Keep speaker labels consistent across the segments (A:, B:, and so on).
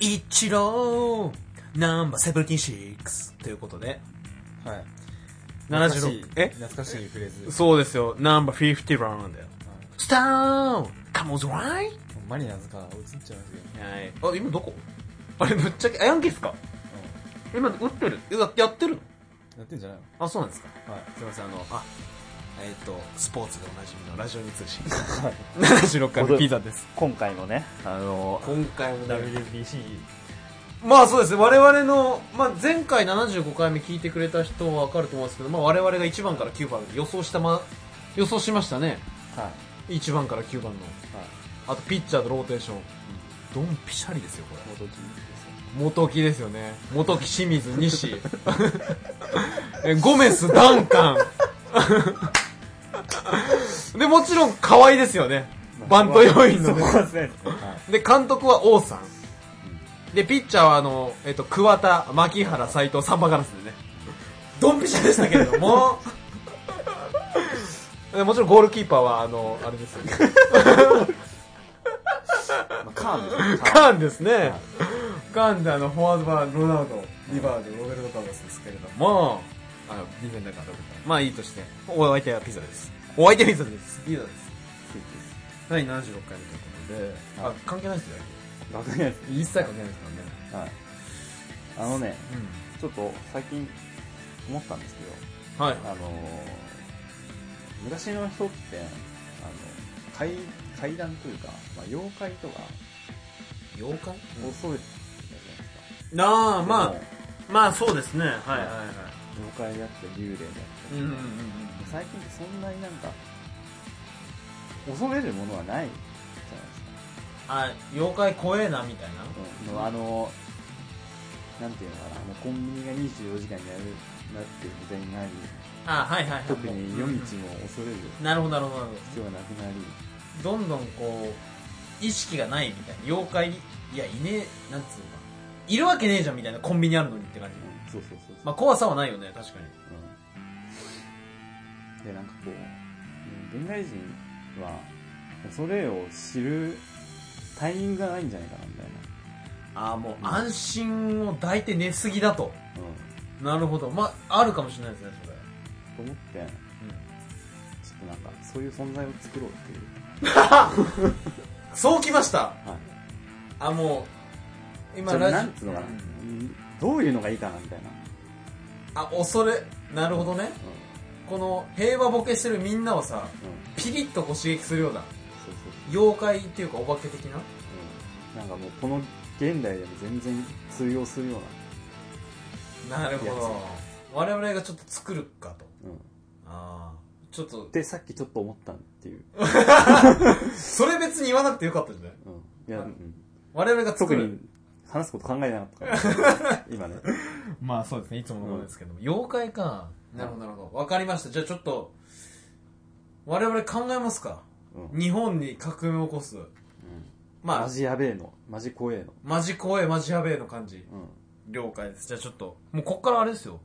A: イチローナンバーセブンティシックスということで、
B: はい。懐かしい
A: 76、え
B: 懐かしいフレーズ。
A: そうですよ、ナンバー51番なんだよ。スターンカモズライ
B: もうマリナーズから映っちゃいますけど。
A: はい。あ、今どこあれ、ぶっちゃけ、あヤンキーっすか今、打ってるややってる
B: う
A: の
B: ん。やってんじゃない
A: あ、そうなんですか
B: のはい。
A: すいません、あの、あ、えっ、と、スポーツでおなじみのラジオに通信。
B: はい
A: 76回のピザです。
C: 今回のね、あの、
A: 今回も
B: WBC。
A: まあそうですね、我々の、まあ前回75回目聞いてくれた人はわかると思うんですけど、まあ我々が1番から9番で予想したま、予想しましたね。
B: はい。
A: 1番から9番の。
B: は
A: あとピッチャーとローテーション。ドンピシャリですよ、これ
B: い。。元木ですよ。
A: 元木ですよね元木清水西 えゴメスダン カンでもちろん河合ですよねバント要員の
C: そこ
A: ね
C: はね、
A: で監督は王さんでピッチャーはあの、えっと桑田牧原斎藤サンバガラスでねドンピシャでしたけれども でもちろんゴールキーパーはあのあれですよね
B: まあ、カーンですね。
A: カーンですね。カーンであの、フォワードはロナウド、リバーでロベルト・カーロスですけれども、あの、ディフェンダーからロベルトまあいいとして、お相手はピザです。お相手はピザです。ピザです。第76回目ということで、あ
B: は、
A: 関係ないですよ。
C: わかんないです。
A: 一切関係ないですからね。
C: はい。あのね、ちょっと最近思ったんですけど、
A: うん。はい。
C: あのー昔の人って、あの、階階段というか、まあ、妖怪とか、
A: 妖怪
C: 恐れてたじゃないですか。
A: ああ、
C: で
A: ま
C: も
A: あ、まあそうですね。はいはいは
C: 妖怪であって幽霊であって、
A: い。うんうんうん
C: 最近ってそんなになんか恐れるものはないじゃないですか
A: あ、妖怪怖えな、みたいな。
C: うんもうあのなんていうのかなもうコンビニが24時間にやるなっていう時代になり
A: あ、はいはいはい。
C: 特に夜道も恐れる
A: なるほどなるほどなるほど。
C: 必要がなくなり
A: どんどんこう意識がないみたいな妖怪いやいねえなんつうのかいるわけねえじゃんみたいなコンビニあるのにって感じ、
C: うんそうそうそうそう、
A: まあ、怖さはないよね確かに
C: うんでなんかこううん現代人は恐れを知るタイミングがないんじゃないかなみたい
A: ああもう
C: うん
A: 安心を抱いて寝すぎだと
C: な、
A: な
C: うん、
A: るほどまああるかもしれないですねそれ
C: と思ってちょっとなんかそういう存在を作ろうっていう
A: うんそうきました
C: はい
A: あもう今
C: ちょっと
A: ラジ
C: なんつうのかな、どういうのがいいかなみたいな、
A: あ恐れなるほどね
C: うん
A: この平和ボケしてるみんなをさ
C: うん、
A: ピリッとこう刺激するような
C: そうそうそう、
A: 妖怪っていうかお化け的な
C: うん、なんかもうこの現代でも全然通用するよう
A: なるほ
C: や
A: ど我々がちょっと作るかと
C: な、うん、
A: ああちょっと
C: でさっきちょっと思ったっていう、
A: それ別に言わなくてよかったんじゃない
C: うん、いや、
A: はい
C: うん、
A: 我々が作
C: 特
A: る
C: に話すこと考えなかったから 今ね
A: まあそうですねいつものことですけども、妖怪かなるほどなるほどわかりましたじゃあちょっと我々考えますか
C: うん、うん
A: 日本に革命を起こすま
C: マ
A: あ
C: ジやべえのマジ怖えの、
A: マジ怖えマジやべえの感じ
C: う
A: 了解ですじゃあちょっともうこっからあれですよ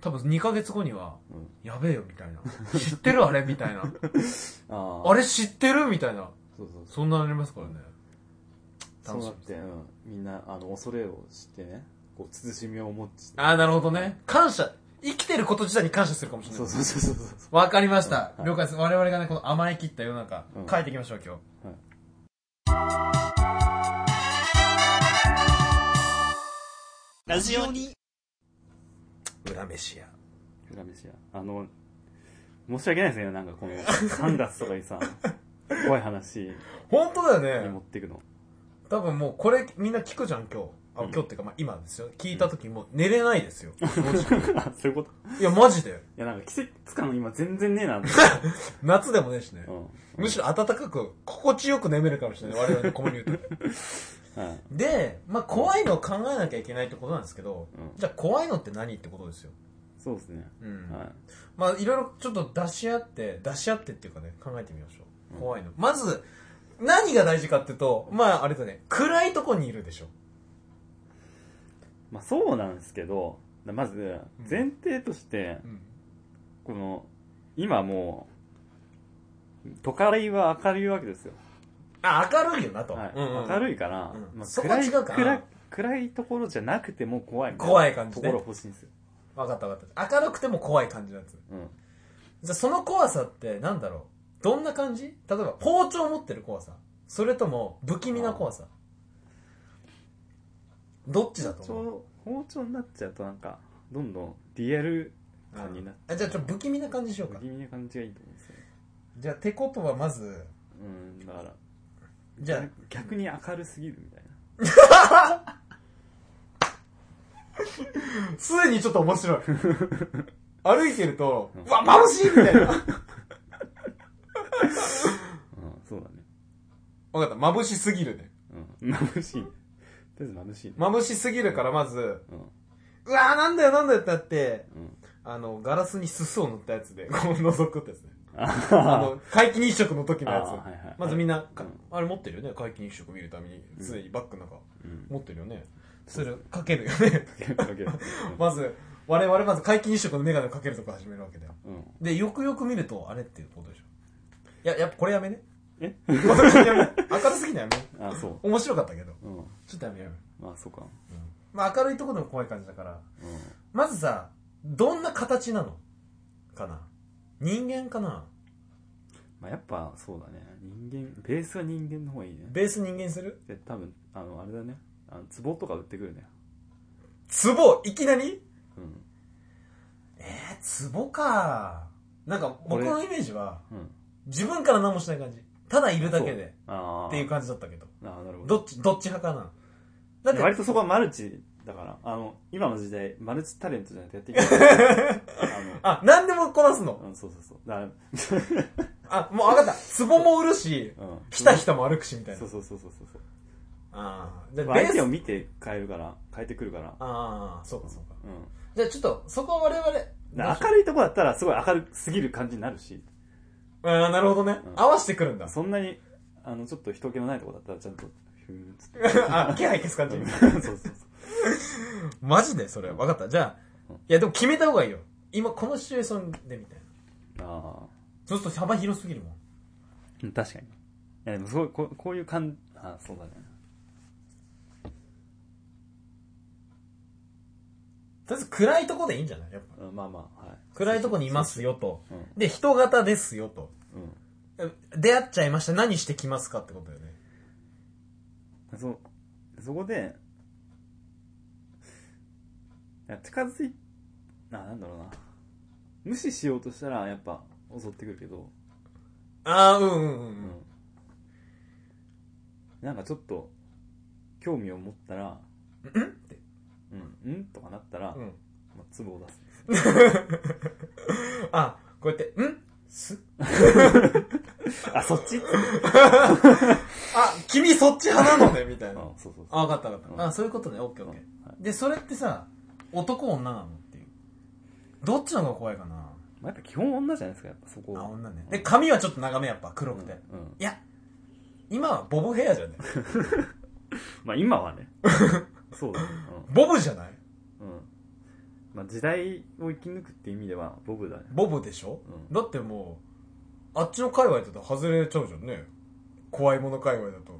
A: 多分2ヶ月後には
C: んうん、
A: やべえよみたいな知ってるあれみたいな
C: ああ
A: あれ知ってるみたいな
C: そうそうそう
A: そんなのありますからね
C: そうなっ
A: です
C: て、うん、みんなあの恐れを知ってねこう慎みを持ち
A: ああなるほどね感謝生きてること自体に感謝するかもしれない
C: そうそうそうそうそう
A: わかりました。
C: うんはい
A: 了解です。我々がね、この甘え切った世の中、
C: うん
A: 変えていきましょう、今日。
C: はい
A: ラジオに裏飯屋。
C: 裏飯屋あの申し訳ないですねなんかこの3月とかにさ怖い話
A: 本当だよ
C: に持
A: ね
C: っ。ていくの、
A: 多分もうこれみんな聞くじゃん、今日。あ、
C: うん
A: 今日っていうか、まあ今ですよ。聞いた時もう寝れないですよ。正直
C: あそういうこと
A: いや、マジで。
C: いやなんか季節感今全然ねえなって、
A: 夏でもねえしね
C: う。ん
A: むしろ暖かく、心地よく眠れるかもしれない。我々のコミュニティ。
C: はい
A: で、まあ怖いのを考えなきゃいけないってことなんですけど、
C: うん
A: じゃあ怖いのって何ってことですよ。
C: そうですね、
A: うん。
C: はい
A: まあいろいろちょっと出し合って、出し合ってっていうかね、考えてみましょう。
C: うん
A: 怖いの。まず、何が大事かっていうと、まああれだね、暗いとこにいるでしょ。
C: まあそうなんですけどまず
A: ん
C: 前提として、
A: うん。
C: この今もう都会は明るいわけですよ、
A: あ、明るいよなと。
C: はい
A: うんうん、
C: 明
A: い。
C: るいから、
A: うん
C: まあ
A: そこは
C: 暗い
A: 違うかな
C: 暗暗いところじゃなくても怖いみた
A: 怖い感じ
C: と
A: ね
C: ころ欲しいんですよ。
A: 分かった分かった。明るくても怖い感じのやつ。
C: うん。
A: じゃあその怖さってなんだろうどんな感じ例えば包丁持ってる怖さそれとも不気味な怖さどっちだと思う
C: 包丁、包丁になっちゃうとなんか、どんどんリアル
A: あ
C: 感になっ
A: あじゃあちょっと不気味な感じにしよ
C: 不
A: うか
C: 気味な感じがいいと思うんですよ。
A: じゃあてことはまず
C: うん、だから、
A: じゃ
C: 逆に明るすぎるみたいな。
A: あすでにちょっと面 白い歩いてると
C: うん
A: うわ眩しいみたいな分
C: うん、そうだね。
A: かった眩しすぎるね
C: うん。眩しい。とりあえず眩しいね。
A: 眩しすぎるからまず
C: うん。
A: うわーなんだよなんだよってなって
C: うん。
A: あのガラスにすすを塗ったやつでこう覗くってやつね
C: あ
A: あ
C: は
A: の、皆既日食の時のや
C: あーはいはい
A: つ。まずみんな、か
C: うん
A: あれ持ってるよね皆既日食見るために、常にバッグの中、
C: うん。
A: 持ってるよね。それ、かけるよね。
C: だけど
A: まず、我々まず皆既日食のメガネをかけるとこ始めるわけだよ。
C: うん。
A: で、よくよく見ると、あれっていうことでしょ。いや、やっぱこれやめね。
C: え
A: これやめ明るすぎないやめね。
C: あ、そう。
A: 面白かったけど。
C: うん。
A: ちょっとやめようよ。
C: まあ、そうか。
A: まあ明るいとこでも怖い感じだから。
C: う。
A: まずさ、どんな形なのかな人間かなん
C: まあ、やっぱ、そうだね。人間、ベースは人間の方がいいね。
A: ベース人間にする
C: で、多分、あの、あれだね。あの、壺とか売ってくるね。
A: 壺いきなり
C: うん。
A: えー、壺かなんか僕のイメージは
C: うん。
A: 自分から何もしない感じただいるだけで
C: ああ。
A: っていう感じだったけど
C: ああ、なるほど。
A: どっちどっち派かなだ
C: いや割
A: って
C: とそこはマルチだから、あの、今の時代、マルチタレントじゃないとやっていけ ない。あ
A: あ何でもこなすの
C: の、うん、そうそうそう。だか
A: あもう分かった壺も売るし
C: ら、うん。
A: ひたひたも歩くしみたいな
C: そうそうそうそうそうそう。
A: ああでベ
C: 相
A: ー
C: 手を
A: ス
C: 見て変えるから、変えてくるから。
A: ああそうかそうか
C: う
A: じゃあちょっとそこは我々
C: ん。だから明るいとこだったら、すごい明るすぎる感じになるし、
A: ああなるほどね、
C: うん
A: 合わせてくるんだ
C: そんなに、あの、ちょっと人気のないとこだったら、ちゃんと、ふーんつって。
A: あ気配消す感じ
C: うんそうそうそ
A: マジでそれ分かったじゃあ
C: うん
A: いやでも決めた方がいいよ今このシチュエーションでみたいな
C: う。あ
A: そうすると幅広すぎるもん
C: あ。確かに。いや、でもすごい、こうこういう感、あそうだね。
A: とりあえず暗いとこでいいんじゃないやっぱ
C: うん、まあまあ、はい。
A: 暗いとこにいますよと。
C: うん。
A: で、人型ですよと。
C: うん。
A: 出会っちゃいました。何してきますかってことだよね。
C: そそこでいや近づいあなんだろうな無視しようとしたらやっぱ襲ってくるけど、
A: ああ、うんうんう。
C: うんなんかちょっと興味を持ったら
A: うんって。
C: うんうんとかなったら、
A: うん。
C: まあ、壺を出す
A: あ、こうやって、んす
C: あそっちって
A: あ、君そっち派なのねみたい
C: あ
A: な。
C: そうそうそう
A: あ、わかったわかっ
C: うん
A: た。あ、そういうことね。オッケーオッケ
C: うんはい
A: ー。で、それってさ、男女なのっていう。どっちの方が怖いかな
C: まあ、やっぱ基本女じゃないですかやっぱそこ
A: あ、女ね。
C: うん
A: で、髪はちょっと長めやっぱ、黒
C: う
A: く
C: ん、
A: て。
C: うん
A: いや、今はボブヘアじゃね
C: まあ今は ねそうだねうん
A: ボブじゃない
C: うん。まあ、時代を生き抜くって意味では、ボブだね。
A: ボブでしょ、
C: うん
A: だってもう、あっちの界隈だと外れちゃうじゃんね。怖いもの界隈だと。
C: う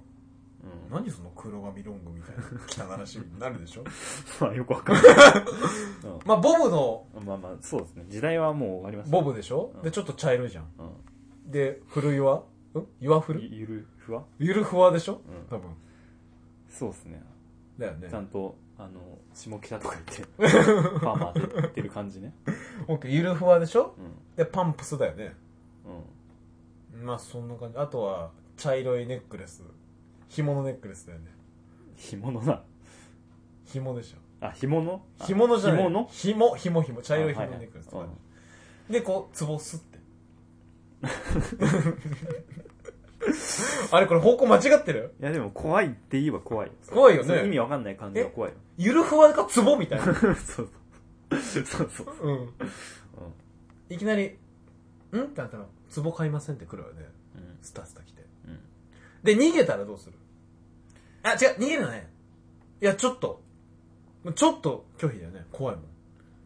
C: ん。
A: 何その黒髪ロングみたい な汚らしいになるでしょ
C: まあ、よくわかんない。う
A: まあ、ボブの、
C: ん。まあまあ、そうですね。時代はもう終わりました。
A: ボブでしょ、
C: うん
A: で、ちょっと茶色いじゃん。
C: うん。
A: で、古いわん岩古
C: ゆゆるふわ
A: ゆるふわでしょ、
C: うん
A: 多分。
C: そうですね。
A: だよね
C: ち。ゃんと、あの、下北と か行って、パーマ当ててる感じね。
A: オッケーゆるふわでしょ
C: うん。
A: で、パンプスだよね。
C: うん。
A: まあ、そんな感じ。あとは、茶色いネックレス。紐のネックレスだよね。
C: 干物な。
A: 紐でしょ
C: あ、干物あ
A: 紐のじゃない。
C: 干物
A: 紐、紐、紐。茶色い紐
C: あ
A: の
C: は
A: ネックレスとかね、
C: はい
A: で、こう、ツボすって。 あれ、これ方向間違ってる
C: うんいや、でも怖いって言えば怖い。
A: 怖いよね
C: その意味わかんない感じが怖い よ。
A: ゆるふわかツボみたいな。
C: そうそう。そうそう。
A: うん。
C: うん
A: いきなり、んってなったら、ツボ買いませんって来るわよね。
C: うん。
A: スタスタ来て。
C: うん。
A: で、逃げたらどうするあ、違う、逃げるのね。いや、ちょっと。ちょっと拒否だよね。怖いもん。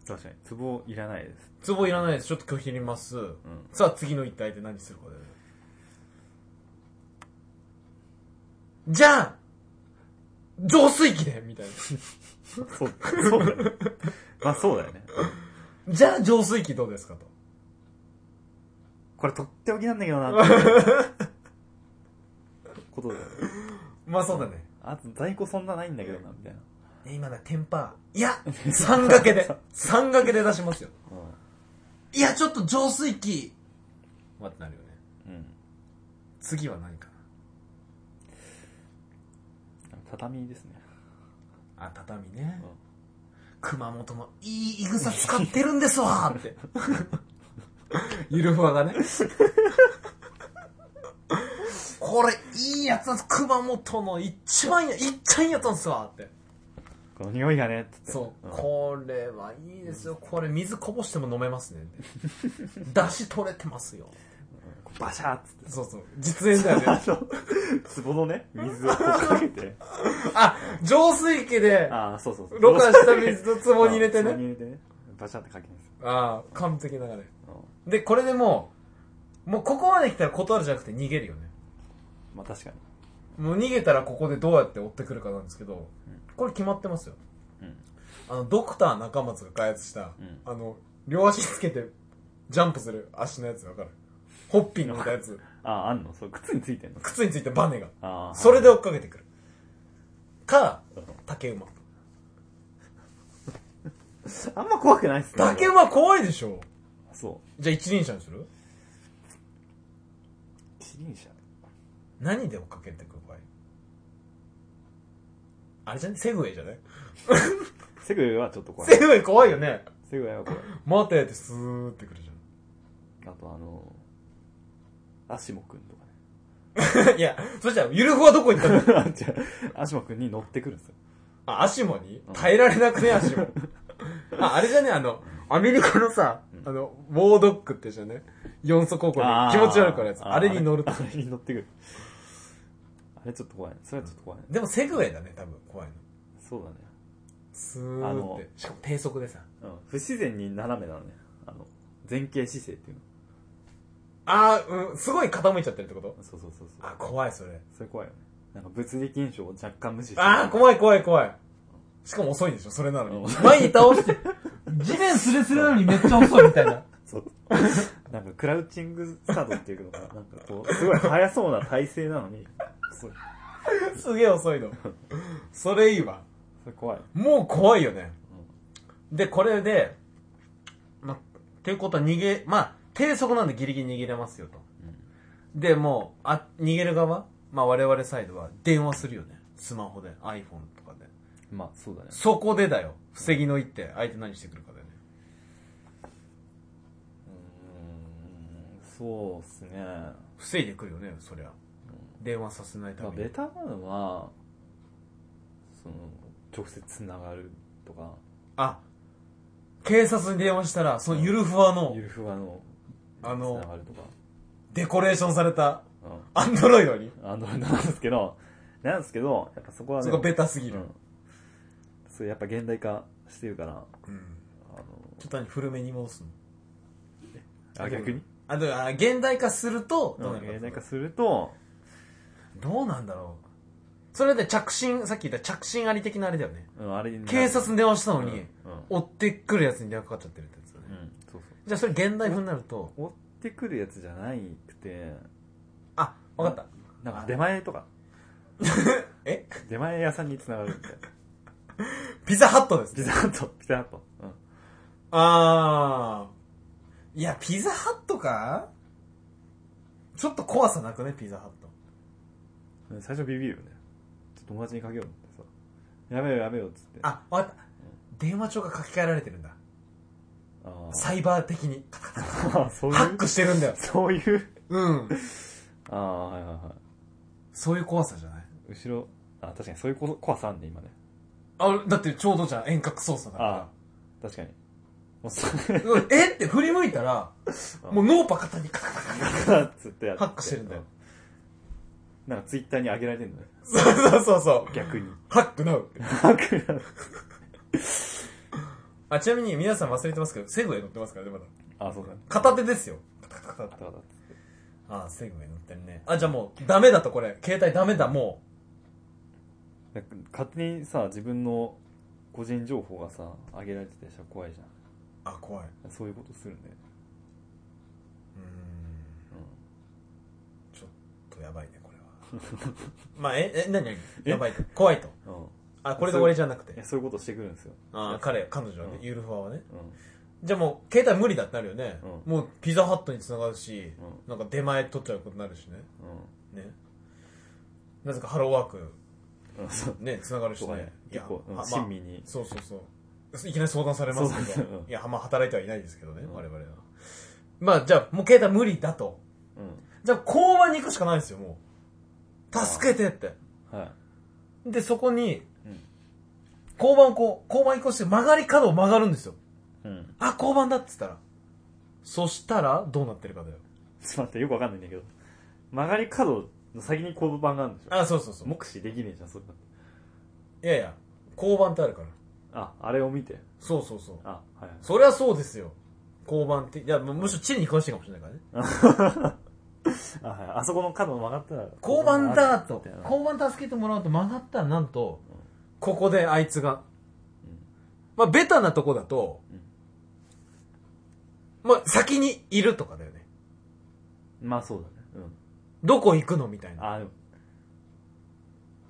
C: 確かに。ツボいらないです。
A: ツボいらないです。ちょっと拒否いります。
C: うん。
A: さあ、次の一体で何するかだよね。じゃあ、浄水器でみたい
C: そうそうだよね。まあそうだよね。
A: な。じゃあ浄水器どうですかと。
C: これとっておきなんだけどなって いうことだよね。
A: まあそうだね。
C: あと在庫そんなないんだけどな、みたいな。
A: ね今だ、テンパー。い や、三掛けで。 三掛けで出しますよ。いや、ちょっと浄水器。まあってなるよね。
C: うん。うん。
A: 次は何か
C: 畳ですね。
A: な。あ、畳ね。熊本のいいイグサ使ってるんですわ ーって。ゆるふわがね。 これ、いいやつなんです。熊本の一番や、いっちゃいいやつなんですわーって。
C: この匂いがね、つって。
A: そう、
C: うん
A: これはいいですよ。これ水こぼしても飲めますね。出汁取れてますよ。
C: こうバシャーっつって。
A: そうそう。実演だよね。
C: あの、壺のね、水をこうかけて。
A: あ、浄水器で、
C: ああ、そうそう そう。
A: ろ過した水と壺に入れて
C: あ壺に
A: ね。
C: 入れてね。バシャーってかけるんですよ。
A: ああ、完璧な流れ。
C: う
A: で、これでもう、もうここまで来たら断るじゃなくて逃げるよね。
C: んまあ確かに。
A: もう逃げたらここでどうやって追ってくるかなんですけど、これ決まってますよ。
C: うん。
A: あの、ドクター中松が開発した、
C: うん
A: あの、両足つけてジャンプする足のやつわかるホッピングみたいなやつ。
C: ああ、あんのそう、靴についてんの
A: 靴についてバネが。
C: ああ。
A: それで追っかけてくる。か、竹馬。
C: あんま怖くないっすね。
A: 竹馬怖いでしょ
C: そ
A: じゃあ一輪車にする
C: う。一輪車
A: 何で追っかけてくる場合あれじゃねセグウェイじゃね
C: セグウェイはちょっと怖い。
A: セグウェイ怖いよね。
C: セグウェイは怖い。
A: 待てってスーってくるじ
C: あとあの、アシモくんとかね。
A: ゃ ん。いや、そしたら、ゆるふはどこ行ったの
C: じゃ あ、アシモくんに乗ってくるんですよ。
A: あ、足もに
C: うん
A: 耐えられなくね、足 も。あ、あれじゃね、あの、アメリカのさ、あの、ウォードックってじゃね、四足高校
C: あ
A: の
C: ー
A: 気持ち悪くなるやつ。
C: ー
A: あれに乗ると
C: あ。れあれに乗ってくる。あれちょっと怖いね。それはちょっと怖いね。
A: でもセグウェイだね、多分、怖いの。
C: そうだね。
A: ス
C: あ
A: ーっ
C: の
A: て。しかも低速でさ。
C: うん。不自然に斜めなのね。あの、前傾姿勢っていう
A: あー、うん、すごい傾いちゃってるってこと
C: の。そうそうそうそう。
A: あ、怖いそれ。
C: それ怖いよね。なんか物理現象を若干無視して。
A: あー、怖い怖い怖い。しかも遅いんでしょ、それなのに。前に倒して、 地面スレスレなのにめっちゃ遅いみたいな。
C: そう。なんかクラウチングスタートっていうのかな。なんかこう、すごい速そうな体勢なのに。そう
A: すげえ遅いの。それいいわ。
C: それ怖い。
A: もう怖いよね。で、これで、ま、っていうことは逃げ、まあ、低速なんでギリギリ逃げれますよと。で、もう、あ、逃げる側まあ、我々サイドは電話するよね。スマホで、iPhone とかで。
C: まあ、そうだね。
A: そこでだよ。防ぎの一手、相手何してくるかだよね。
C: うーん、そうっすね。
A: 防いでくるよね、そりゃ。電話させないた
C: まあ、
A: め
C: ベ
A: に。
C: タなのは、その、直接つながるとか、
A: あ、警察に電話したら、そのゆるふわの
C: ゆ、るふわの、
A: あ
C: つな
A: の、
C: がるとか、
A: デコレーションされた、アンドロイドに。
C: うん。アンドロイド なんですけど、なんですけど、やっぱそこはね、
A: そこベタすぎ
C: う
A: る。
C: ん。それやっぱ現代化してるから、
A: うん。
C: あの、
A: ちょっと何古めに戻すの
C: あ、逆に
A: あ、だから、現代化すると、どうなるか
C: 現代化すると、
A: どうなんだろう。それで着信、さっき言った着信あり的なあれだよね。
C: うん、あれになる
A: 警察に電話したの
C: うん、う
A: に
C: ん、。
A: 追ってくるやつに電話かかっちゃってるってやつだ
C: う
A: ね。
C: ん、そうそ
A: じゃあそれ現代風になると、
C: う。追ってくるやつじゃないくて、
A: あ、わかっ
C: なんか出前とか、
A: た。え
C: 出前屋さんにつながるみたいな。
A: ピザハットです
C: ピ
A: ね。
C: ザハット、ピザハット。うん。
A: あー。いや、ピザハットかちょっと怖さなくね、ピザハット。
C: 最初ビビるよね。ちょっと友達にかけようと思ってさ。やめようやめようっつって。
A: あ、わかった。電話帳が書き換えられてるんだ。
C: あ
A: サイバー的に。カタカタカ
C: ー、そう
A: タ
C: い
A: ハッ
C: う。
A: クしてるんだよ。
C: そう いう。
A: うん。
C: ああ、はいはいは
A: そういう怖さじゃない
C: い。後ろ、あ確かにそういうこ怖さあんね、今ね。
A: あ、だってちょうどじゃん、遠隔操作だから。
C: ああ、確かに。もうそれ、
A: うんえって振り向いたら、もうノーパ片にカタカタカタ
C: っつってやって。
A: ハックしてるんだよ
C: うん。なんかツイッターに上げられてるんだよ。
A: そうそうそうそう。
C: 逆に。
A: ハックナウって。
C: ハック
A: あ、ちなみに皆さん忘れてますけど、セグウェイ乗ってますからね、まだ。
C: あそうだね。
A: 片手ですよ。カタカタカタ
C: あ
A: って
C: たあた。
A: あ、セグウェイ乗ってるね。あ、じゃあもう、ダメだとこれ。携帯ダメだ、も
C: だから勝手にさ自分の個人情報がさ上げられてたりしたら怖いじゃ
A: あ怖いうん
C: そういうことするんだよ、
A: ーん
C: う
A: ちょっとやばいねこれはまあええ何何やばいと怖いと
C: んうん、
A: あこれで終わりじゃなく
C: いや
A: て
C: そういうことしてくるんですよ、
A: あ彼彼女はね
C: うん
A: ゆるふわはね
C: う
A: じゃあもう携帯無理だってなるよね
C: う
A: もうピザハットにつながるし
C: う
A: なんか出前取っちゃうことになるしね
C: ん
A: ねなぜかハローワーク
C: うんうん、そう
A: ねつながるし
C: とか
A: ね
C: ね結構、
A: いや
C: うん
A: まあ
C: 親身に、
A: そうそうそう。いきなり相談されますけ
C: そう
A: ど
C: そう。うん
A: いや、まあ働いてはいないですけどね、
C: うん
A: 我々は。まあ、じゃあ、もう携帯無理だと。
C: う
A: じゃあ、交番に行くしかないんですよ、もう。助けてって。
C: ん、はい、
A: で、そこに、
C: うん
A: 交番をこう、交番移行して曲がり角を曲がるんですよ。
C: うん、
A: あ、交番だっつったら。そしたら、どうなってるかだよ。
C: ちょっと待ってよくわかんないんだけど曲がり角の先に交番があるんでしょ
A: あ、そうそうそう。
C: 目視できねえじゃんそれだって
A: いやいや、交番ってあるから。
C: ああれを見て
A: そうそうそう。
C: あはいはい
A: そりゃそうですよ。交番って。いや、むむしろ地理に詳しいかもしれないからね。
C: あ,、はい、あそこの角を曲がったら
A: 交番だと
C: 交番があるみ
A: 交番助けてもらうと曲がったらなんと、ここであいつが、
C: うん
A: まあベタなとこだと、
C: うん
A: まあ先にいるとかだよね
C: たいなまあそうだねうん
A: どこ行くのみたいな
C: あでも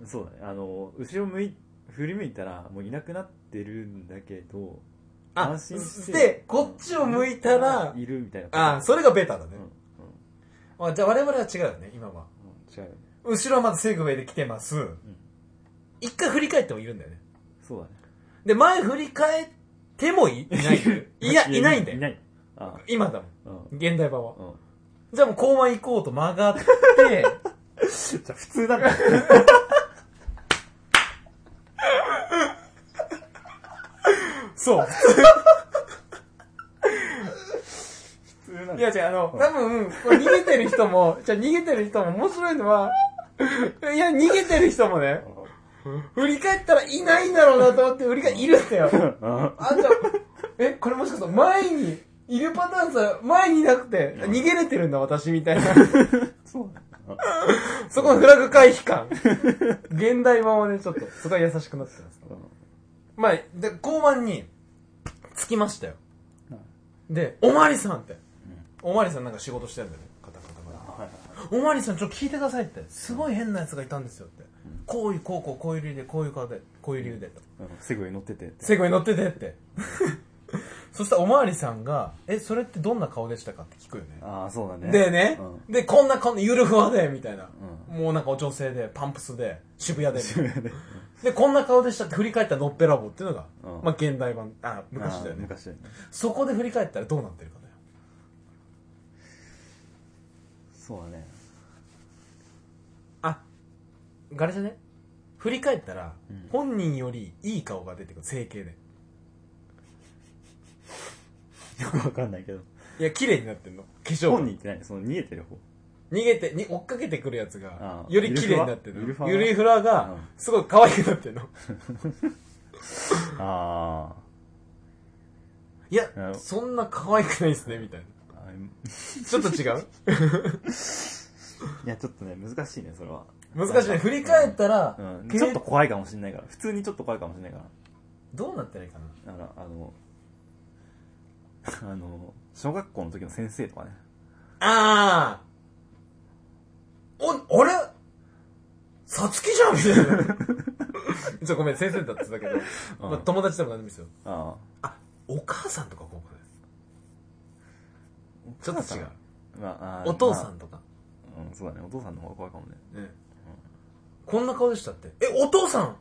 C: そうだねあの後ろ向い振り向いたらもういなくなってるんだけど
A: あ
C: 安心して
A: でこっちを向いたら、
C: いるみたいな
A: あ
C: う
A: それがベタだね
C: うん、うん
A: まあ、じゃあ我々は違うよね今は
C: うん、違うよね
A: 後ろはまずセグウェイで来てます、一回振り返ってもいるんだよね
C: そうだね
A: で前振り返ってもいいない いやいないんだ
C: い
A: よ
C: ないあ
A: 今だもん
C: うん
A: 現代版は
C: うん
A: じゃあもう交番行こうと曲がって、
C: じゃあ 普通なんだ
A: そう。
C: 普通なん
A: いや違う、あの、多分、これ逃げてる人も、じゃあ逃げてる人も面白いのは、いや、逃げてる人もね、振り返ったらいないんだろうなと思って、振り返いるんだよ。あんた、え、これもしかしたら前に、いるパターンさ、前にいなくて、逃げれてるんだ私みたい な。
C: そうだ
A: そこのフラグ回避感。現代版はね、ちょっと、すごい優しくなってます。まあ、で、交番に、着きましたよ。で、おまわりさんって。おまわりさんなんか仕事してるんだよね。カタカタカタおまわりさんちょっと聞いてくださいって。すごい変なやつがいたんですよって。こういう、こうこう、こういう理由で、こういう顔で、こういう理由でと。
C: セグウェイ乗ってて
A: セグウェイ乗っててって。 そしたらおまわりさんが、え、それってどんな顔でしたかって聞くよね。
C: ああそうだね
A: でね、
C: う
A: で、こんな、こんなゆるふわで、みたいな。もうなんかお女性で、パンプスで、渋谷で。で、こんな顔でしたって振り返ったのっぺらぼうっていうのが、
C: うん
A: まあ現代版、あ、 昔だよ
C: あー
A: ね。
C: 昔だよね
A: そこで振り返ったらどうなってるかだよ。
C: そうだね
A: あ、ガレじゃね振り返ったら、
C: うん
A: 本人よりいい顔が出てくる、整形で。
C: よくわかんないけど
A: いや、綺麗になってんの。化粧が
C: 本人って何その逃げてる方
A: 逃げて、に追っかけてくるやつが
C: あ、ー
A: より綺麗になってる
C: ゆるふ
A: の。
C: わ
A: ゆるいフラ
C: う
A: が
C: ん、
A: すごい可愛くなってるの。
C: あ
A: いや
C: なるほ、ど
A: そんな可愛くないですね、みたいな。
C: ーあー
A: ちょっと違う
C: いやちょっとね難しいねそれは
A: 難しいね。振り返ったら、
C: うん
A: け
C: ちょっと怖いかもしれないから普通にちょっと怖いかもしれないか
A: どうなったらいいかな。
C: らだからあのあの小学校の時の先生とかね
A: あーお、あれさつきじゃんみ たいな。ちょ、ごめん、先生だってたけど、まあ、友達でもなんでもいいですよ。
C: ああ
A: あ、お母さんとかこうかね。ちょっと違う。
C: まああー
A: お父さ
C: ま
A: んとか。
C: あうんそうだねお父さんの方が怖いかもね
A: ね。こんな顔でしたって。え、お父さん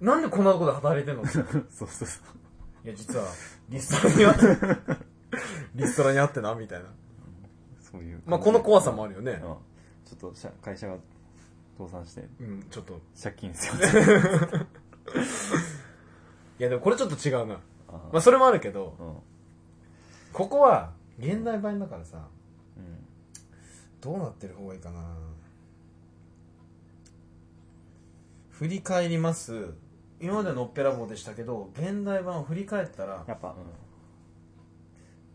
A: なんでこんなとこで働いてんの い
C: そうそうそ
A: や、実は、リストラにあって、 リストラにあってな、みたいな。
C: う。そういう。
A: まあ、この怖さもあるよ
C: うん
A: ね。
C: ちょっと社会社が倒産して、
A: うん、ちょっと。
C: 借金ですよ。
A: いや、でもこれちょっと違うな。
C: あ
A: まあ、それもあるけど、
C: うん。うん。
A: ここは、現代版だからさ、どうなってる方がいいかな振り返ります今までのっぺらぼうでしたけど現代版を振り返ったら
C: やっぱ、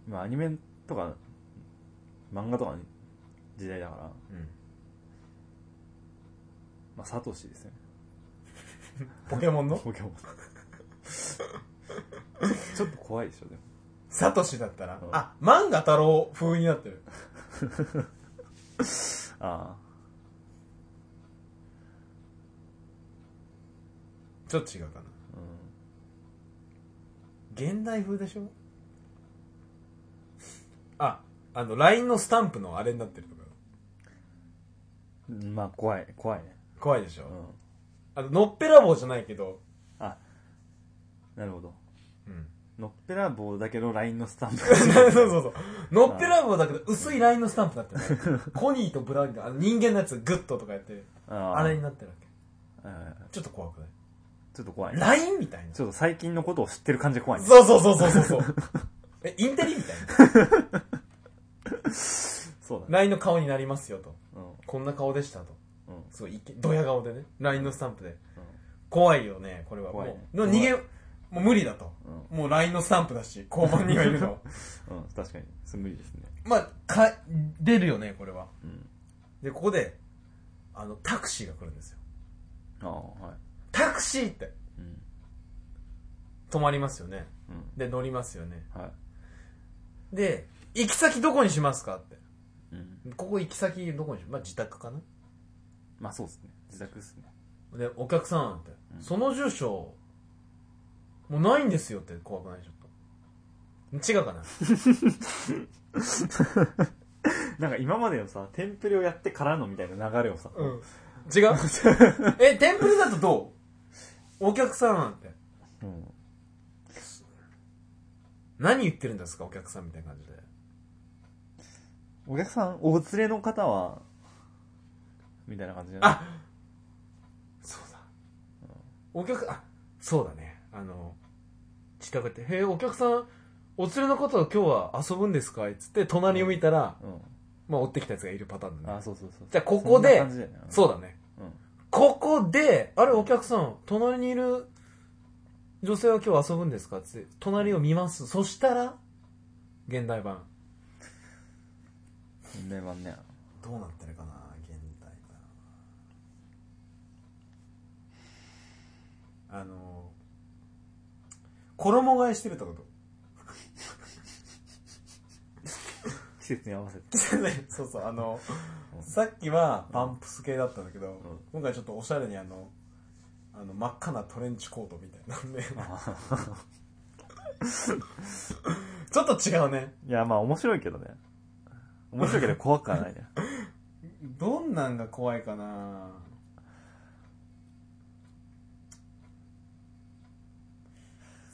C: うん。まあ、アニメとか、漫画とかの時代だから、
A: うん
C: まあ、サトシですよね。
A: ポケモンの
C: ポケモン。 ちょっと怖いでしょ、でも。
A: サトシだったら
C: うん。
A: あ、漫画太郎風になってる。
C: あ
A: ちょっと違うかな。
C: あ。うん。
A: 現代風でしょあ、あの、LINE のスタンプのあれになってるとか。
C: まあ、怖い、怖いね。
A: 怖いでしょ、
C: う
A: あ
C: ん。
A: と、のっぺらぼうじゃないけど、
C: あ、なるほど。
A: うん。
C: のっぺらぼうだけど、LINE のスタンプ。
A: そうそうそう。のっぺらぼうだけど、薄いラインのスタンプになってる。コニーとブラウンが、あの人間のやつ、グッドとかやって、
C: あ
A: あれに
C: な
A: なってるわけ。ちょっと怖くない
C: ちょっと怖いね。
A: ラインみたいな。
C: ちょっと最近のことを知ってる感じが怖いね。
A: そうそうそうそうそうそう。え、インテリみたいな。
C: そうだね。
A: ラインの顔になりますよと。
C: うん。
A: こんな顔でしたと。
C: うん。
A: すごいイケ、ドヤ顔でね。ラインのスタンプで。怖いよね、これは。
C: 怖いね
A: もう、の逃げ、もう無理だと。
C: う
A: もう LINE のスタンプだし、交番にはいるの。
C: ん。うん。確かに。それ無理ですね。
A: まあ、か、出るよね、これは。
C: うん。
A: で、ここで、あの、タクシーが来るんですよ。
C: ああ、はい。
A: タクシーって
C: うん。
A: 止まりますよね。
C: う
A: で、乗りますよね。
C: ん。はい。
A: で、行き先どこにしますかって。
C: うん。
A: ここ行き先どこにしまあ、自宅かな
C: まあ、そうですね。自宅ですね。
A: で、お客さんって、
C: うん
A: その住所、もうないんですよって怖くないちょっと。違うかな
C: なんか今までのさ、テンプレをやってからのみたいな流れをさ、
A: うん。違 うえ、テンプレだとどうお客さんって。
C: うん。
A: 何言ってるんですかお客さんみたいな感じで。
C: お客さん、お連れの方は、みたいな感じじゃない
A: あそうだ。お客、あ、そうだね。あの、近くって、へえ、お客さん、お連れのことを今日は遊ぶんですかつって、隣を見たら、
C: う
A: まあ、追ってきたやつがいるパターン
C: ん。
A: だ
C: あ
A: ね。
C: そうそうそう。
A: じゃあここで
C: そんな感じだよね
A: そうだね。
C: うん。
A: ここで、あれ、お客さん、隣にいる女性は今日遊ぶんですかつって、隣を見ます。そしたら、現代版。
C: 年齢版ね。
A: どうなってるかな現代版あの衣替えしてるってこと
C: 季節に合わせて。
A: そうそうあの
C: うん
A: さっきはパンプス系だったんだけど、
C: ん
A: 今回ちょっとおしゃれにあのあの真っ赤なトレンチコートみたいなん でちょっと違うね
C: いや、まあ面白いけどね。面白いけど怖くはないね。
A: どんなんが怖いかな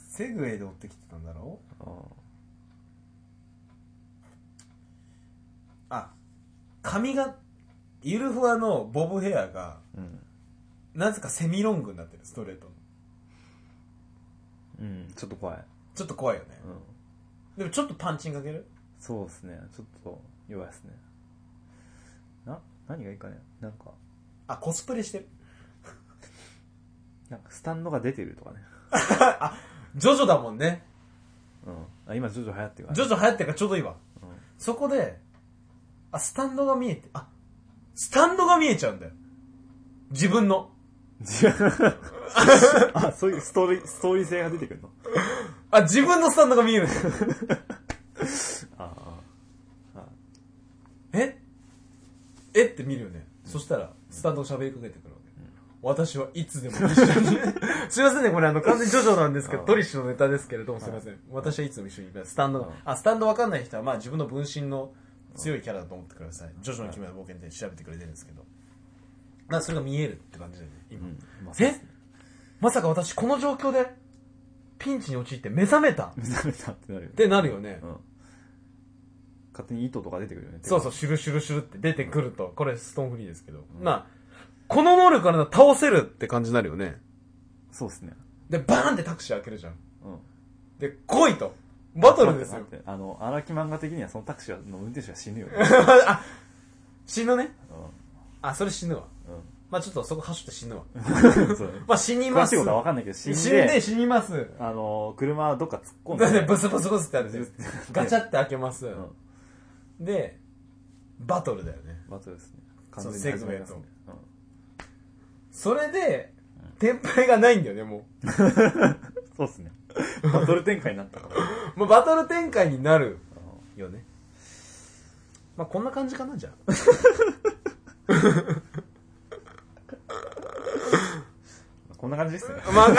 A: セグウェイで追ってきてたんだろ
C: う
A: あ髪がゆるふわのボブヘアが
C: ん。
A: なぜかセミロングになってるストレートの
C: うん。ちょっと怖い。
A: ちょっと怖いよね
C: うん。
A: でもちょっとパンチンかける
C: そうですね。ちょっと弱いですね。な、何がいいかね。なんか、
A: あコスプレしてる
C: なんかスタンドが出てるとかね。
A: あジョジョだもんね
C: うん。あ、今徐々流行ってるから
A: ジ
C: ね。
A: ョジョ流行ってるからちょうどいいわ
C: うん
A: そこであスタンドが見えてあスタンドが見えちゃうんだよ自分の
C: 違う あ、そういうストーリー、ストーリー性が出てくるの
A: あ、自分のスタンドが見えるんだよ
C: ああ。あ
A: ええって見るよね。そしたら、スタンドが喋りかけてくるわけ。私はいつで も一緒に。すいませんね、こ れあの、完全にジョジョなんですけど、
C: あー
A: ドリッシュのネタですけれども、すいません。私はいつでも一緒にいる。スタンドが
C: うん。
A: あ、スタンドわかんない人は、まあ自分の分身の強いキャラだと思ってください。ジョジョの奇妙な冒険で調べてくれてるんですけど。まあそれが見えるって感じだよね、
C: う
A: 今。
C: ん。まあ、
A: えまさか私この状況で、ピンチに陥って目覚めたっ
C: 目覚めたってなるよね。
A: てなるよね。
C: うん。勝手に糸とか出てくるよね。
A: そうそう、シュルシュルシュルって出てくると、これストーンフリーですけど。
C: うん
A: まあ、この能力からなら倒せるって感じになるよね。
C: そうですね。
A: で、バーンってタクシー開けるじゃん。
C: うん。
A: で、来いと。バトルです
C: 待
A: よ
C: っ。て待ってあの、荒木漫画的にはそのタクシーの運転手が死 ぬよね。
A: あ、死ぬね。
C: う
A: あ、それ死ぬわ。
C: ん。
A: まあちょっとそこ走って死ぬわ。
C: うん。そうね
A: まあ死にま
C: 詳し
A: す。
C: いことは分かんないけど、死ん
A: 死んで
C: で、
A: 死にます。
C: あの、車はどっか突っ
A: だ
C: 込
A: っ
C: ん
A: て
C: で。
A: ブスブスブスってやるガチャって開けます。
C: うん。
A: で、バトルだよね。
C: バトルですね。
A: そう
C: 完全に始まりますね。
A: それで、テンプレがないんだよね、も
C: そうっすね。 バトル展開になったから。
A: う。もうバトル展開になるよね。まあ、こんな感じかな、じゃあ。
C: こんな感じですね。
A: まあ、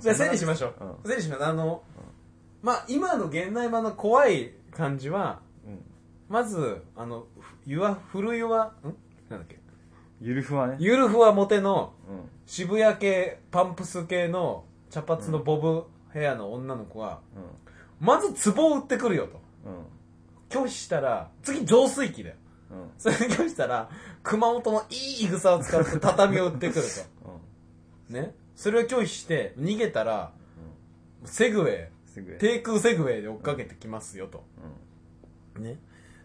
A: じゃあ整理しましょう。
C: う
A: 整理しましょう。あの、まあ、今の現代版の怖い感じは、
C: うん。
A: まず、あの、ふゆわ、古いわ、んなんだっけ。
C: ゆるふわね。
A: ゆるふわモテの
C: うん。
A: 渋谷系、パンプス系の茶髪のボブヘアの女の子が、まず壺を売ってくるよと。
C: うん。うん。
A: 拒否したら、次浄水器だよ。
C: うん。
A: それに拒否したら、熊本のいい草を使って畳を売ってくる
C: うん。
A: と。ね。それを拒否して、逃げたら、セグウェイ、
C: すぐ。
A: 低空セグウェイで追っかけてきますよと。
C: う
A: ね。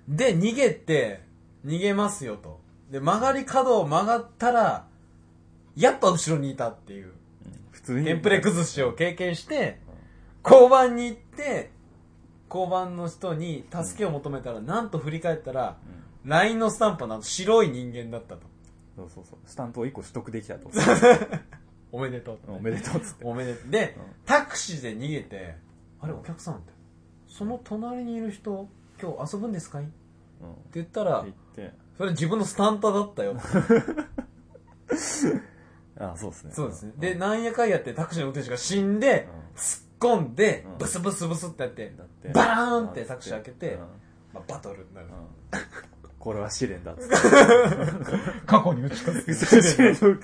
A: で、逃げて、逃げますよと。で、曲がり角を曲がったら、やっぱ後ろにいたっていう、
C: ん。うん。普通に。
A: テンプレ崩しを経験して、交番に行って、交番の人に助けを求めたら、なんと振り返ったら、
C: うん。
A: LINE のスタンプはなんと白い人間だったと。
C: そうそうそう。スタンプを1個取得できたと。
A: おめでとうと、
C: おめでとうっつって。
A: おめでとう。で
C: うん、
A: タクシーで逃げて、あれ、お客さんって、その隣にいる人、今日遊ぶんですかいって
C: うん。って
A: 言ったら
C: 言っ、て。
A: それ自分のスタンタだったよ。
C: あ、そうですね。
A: そうですね。で、なんやかんやってタクシーの運転手が死んで、突っ込んで
C: うん、
A: ブスブスブスってやって
C: うん。、だって。
A: バーンって作詞開けて
C: うん
A: まあ、バトルになる
C: う。んこれは試練だっつって。
A: 過去に打ち勝
C: 試練を受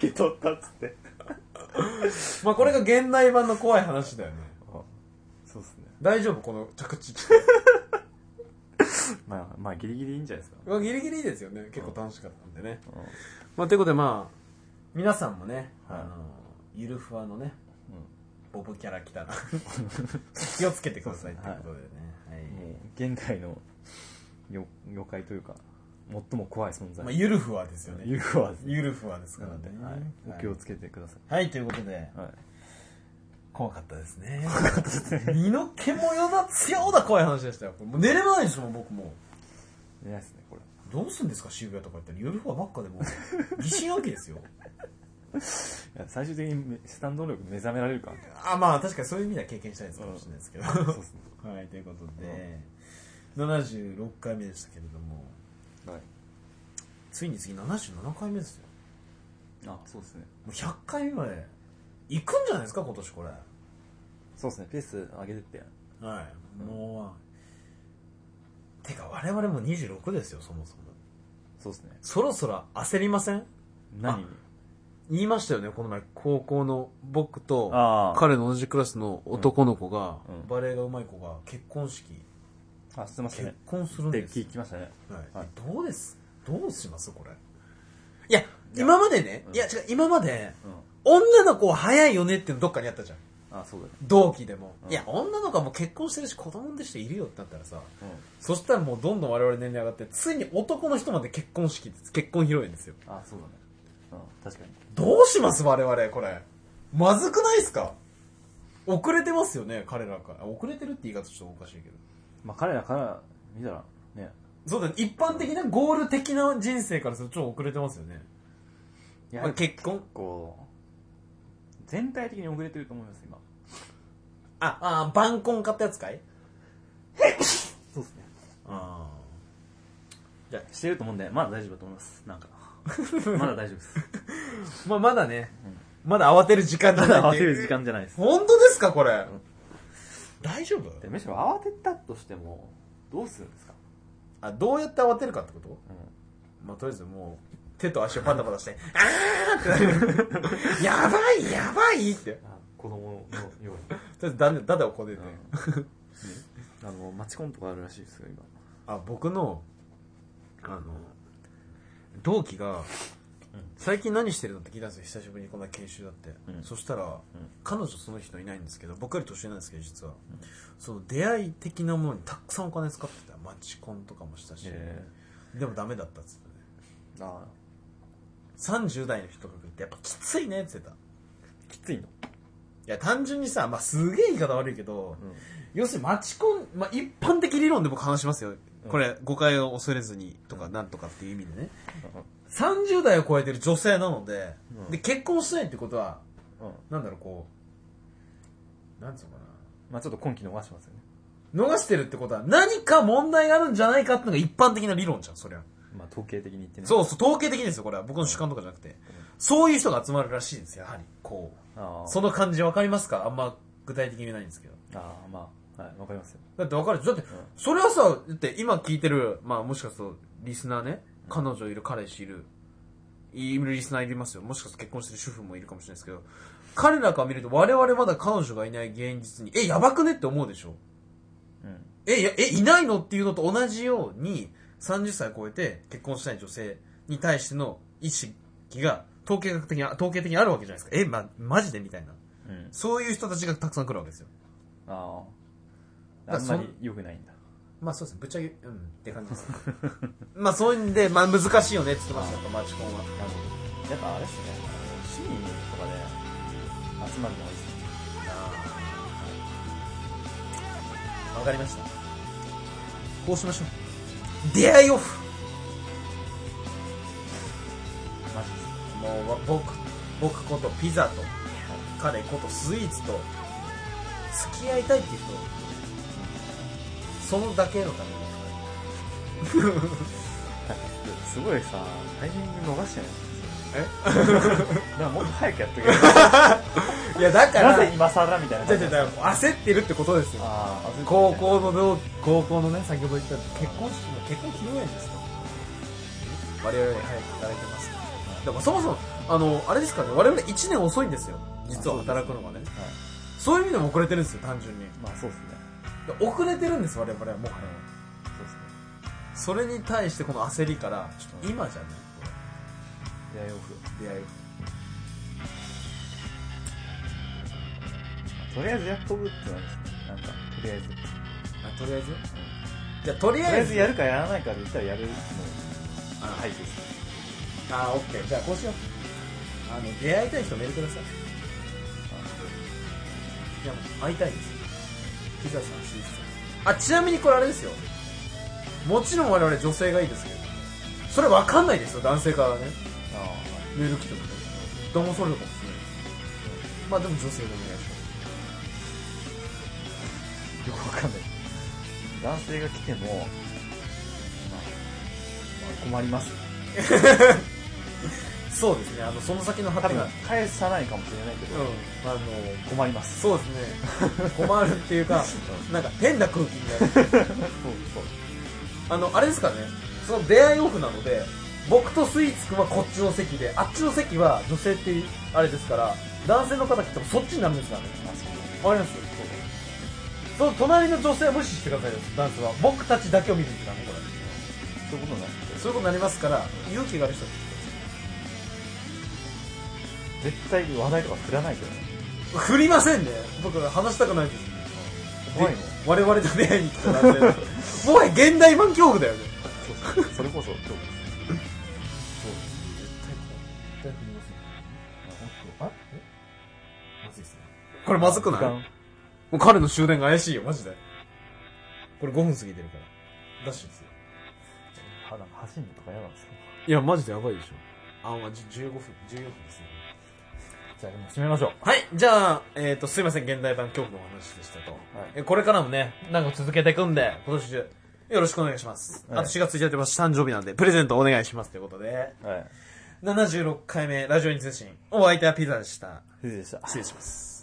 C: け取ったっつって。
A: まあ、これが現代版の怖い話だよね。
C: そうですね。
A: 大丈夫この着地。
C: まあ、まあ、ギリギリいいんじゃないですか。
A: まあギリギリですよね。結構楽しかったんでね。まあ、ということでまあ、皆さんもね、
C: はい
A: あの、ゆるふわのね、
C: うん
A: ボブキャラ来たら、気をつけてくださいということでね。はい
C: もう現代のよ妖怪というか最も怖い存在、
A: まあ、ゆるふわですよね。
C: ユーフォアです
A: ゆるふわですか
C: な
A: ら
C: ので、
A: ね。
C: はい、お気をつけてくださ
A: はい、ということで、
C: い、はい、
A: 怖かったですね。身の毛もよだつようだ怖い話でしたよ。もう寝れないですもん、僕も。
C: いないですねこれ
A: どうすんですか、渋谷とか言ったら。夜フォアばっかでも う、疑心暗鬼ですよ。
C: いや最終的にめスタンド能力目覚められるかみたい
A: あ、まあ確かにそういう意味では経験したいですかもしれないですけど。
C: な そうですね
A: はい、ということで、76回目でしたけれども、
C: はい
A: ついに次77回目ですよ。
C: あそうですね
A: もう100回まで、行くんじゃないですか、今年これ。
C: そうですねペース上げてって
A: はい。もう、てか我々も26ですよ、そもそも。
C: そうですね
A: そろそろ焦りません
C: 何
A: 言いましたよね、この前、高校の僕と、
C: ああ
A: 彼の同じクラスの男の子が、
C: うんうん
A: バレエが上手い子が結婚式、
C: あすいません
A: 結
C: ね
A: 婚するん
C: って
A: です
C: 聞
A: よ、
C: きましたね
A: はい
C: はい
A: どうですどうしますこれいや今までね、
C: うん
A: いや違う今まで
C: うん
A: 女の子は早いよねっていうのどっかにあったじゃん
C: あそうだね
A: 同期でも、
C: うん
A: いや女の子はもう結婚してるし子供でしているよってなったらさ
C: う
A: そしたらもうどんどん我々年齢上がってついに男の人まで結婚式結婚披露宴ですよ
C: んあそうだねうん確かに
A: どうします我々これまずくないですか遅れてますよね彼らから遅れてるって言い方ちょっとおかしいけど
C: まあ彼らから見たらね
A: そうだね一般的なゴール的な人生からするとちょっと遅れてますよね
C: いや
A: まあ結婚
C: こう全体的に遅れてると思います今
A: あ、あ、晩婚買ったやつかい
C: そうですね
A: あ
C: じゃあしてると思うんでまだ大丈夫だと思いますなんか まだ大丈夫 です
A: あ。まあ、まだね、まだ慌てる時間じゃないっていう。
C: 間じゃないです
A: 本当ですか、これ。大丈夫
C: むしろ慌てたとしてもどうするんですか、
A: あ、どうやって慌てるかってことまあ、とりあえずもう、手と足をパタパ タして、あーってなる。 やばい、やばいって。とり
C: あ子供の ように、
A: あえず、だだだをこねて。
C: ねあのマチコンとかあるらしいですよ今
A: あ、僕の、あの、同期が、最近何してるのって聞いたんですよ久しぶりにこんな研修だって、
C: うん
A: そしたら、彼女その人いないんですけど僕より年上なんですけど実は、その出会い的なものにたくさんお金使ってたマチコンとかもしたし、
C: え
A: でもダメだったっつってね
C: えあ
A: 30代の人が言ってやっぱきついねって言ってたい
C: きついの、
A: や単純にさ、まあ、すげえ言い方悪いけど、要するにマチコン、まあ、一般的理論で僕話しますよこれ、誤解を恐れずにとか、なんとかっていう意味でね。30代を超えてる女性なので、
C: うん
A: で、結婚してないってことは、
C: うん
A: なんだろう、こう、なんつうのか
C: まあちょっと今期逃してますよね
A: な。逃してるってことは、何か問題があるんじゃないかっていうのが一般的な理論じゃん、そりゃ。
C: まあ統計的に言ってね
A: そうそう、統計的ですよ、これは。僕の主観とかじゃなくて。そういう人が集まるらしいんですよ、やはり。こう。
C: ああ
A: その感じわかりますかあんま具体的に言えないんですけど。
C: ああまあはいわかりますよ
A: だってわかるでしょだって、それはさ、だって今聞いてる、まあもしかすると、リスナーね、彼女いる、彼氏いる、いるリスナーいますよ。もしかすると結婚してる主婦もいるかもしれないですけど、彼らから見ると我々まだ彼女がいない現実に、え、やばくねって思うでしょ
C: うん
A: え、いや、え、いないのっていうのと同じように、30歳超えて結婚したい女性に対しての意識が、統計学的に、統計的にあるわけじゃないですか。え、ま、マジでみたいな。
C: うん
A: そういう人たちがたくさん来るわけですよ。
C: ああ
A: だ
C: あ
A: から
C: ん
A: そ
C: ま
A: ん
C: り良くないんだ
A: まあそうですね、ぶっちゃけ、うん、って感じです。 まあそういうんで、まあ難しいよねって言ってました、やっぱマチコンは。
C: なるほどやっぱあれっすね趣味とかで集まるのがいいっすね
A: わかりました。こうしましょう。出会いオフ
C: マジです
A: もう僕、僕ことピザと、彼ことスイーツと、付き合いたいっていう人、そのだけのために。
C: すごいさタイミング逃してない
A: え
C: だからもっと早くや っとけよ
A: いや、だか
C: な
A: ら、
C: ぜ
A: じ
C: 今更みたいな
A: ゃじ ゃじゃ、もう焦ってるってことですよ。
C: ああ
A: 高校の同高校のね先ほど言った結婚式の結婚披露宴ですと我々に早く働いてますでもそもそもあのあれですからね我々1年遅いんですよ実は
C: あそうです
A: 働くのがね
C: はい
A: そういう意味でも遅れてるんですよ単純に
C: まあそうっすね
A: で遅れてるんです我々はもはや
C: そうっすね
A: それに対してこの焦りからちょっと今じゃない
C: 出会いオフ
A: これ出会い
C: とりあえずやっとくってなんですねなんかとりあえず、
A: あとりあえずじゃあとり
C: とり
A: あ
C: あ
A: え
C: え
A: ず
C: ずやるかやらないかで言ったらやるの
A: あ
C: はいです
A: あオッケーじゃあこうしようあの出会いたい人メールくださいいやもう会いたいですピザさんスイーツさんあちなみにこれあれですよもちろん我々女性がいいですけどそれわかんないですよ男性からね
C: ああ
A: メール来てもどうもそれるかもしれないまあでも女性でお願いします
C: よくわかんない男性が来ても、まあまあ困ります
A: そうですねあのその先の
C: 多
A: 果て が
C: 分返さないかもしれないけ
A: うん
C: ど、
A: あの
C: 困ります
A: そうですね 困るっていうかなんか変な空気になる
C: そうそう
A: あのあれですからねその出会いオフなので僕とスイーツくんはこっちの席であっちの席は女性っていうあれですから男性の方来てもそっちになるんですからね
C: あそう
A: わかりますその隣の女性は無視してくださいよダンスは僕たちだけを見るんですからねこれ
C: そういうことになって
A: そういうことになりますから勇気がある人は
C: 絶対話題とか振らないけどね
A: 振りませんね僕は話したくないです
C: 怖いもん
A: 我々と出会いに来た男性もはや現代版恐怖だよね
C: そう そうそれこそ今日
A: 絶
C: です
A: 対振りませんあえまずいですねこれまずくない
C: 時間
A: もう彼の終電が怪しいよ、マジで。これ5分過ぎてるから。ダッシュですよ。
C: あなんか走るのとか嫌なんですよ
A: いや、マジでやばいでしょ。あ、まあ、じ15分、14分ですね。
C: じゃあもう締めましょう
A: はい、じゃあ、えっ、と、すいません、現代版恐怖のお話でしたと。えこれからもね、なんか続けていくんで、今年中、よろしくお願いします。
C: はい
A: あと4月1日、私誕生日なんで、プレゼントお願いしますということで、
C: はい
A: 76回目、ラジオに通信、お相手はピザでした。
C: 藤井でした
A: 失礼します。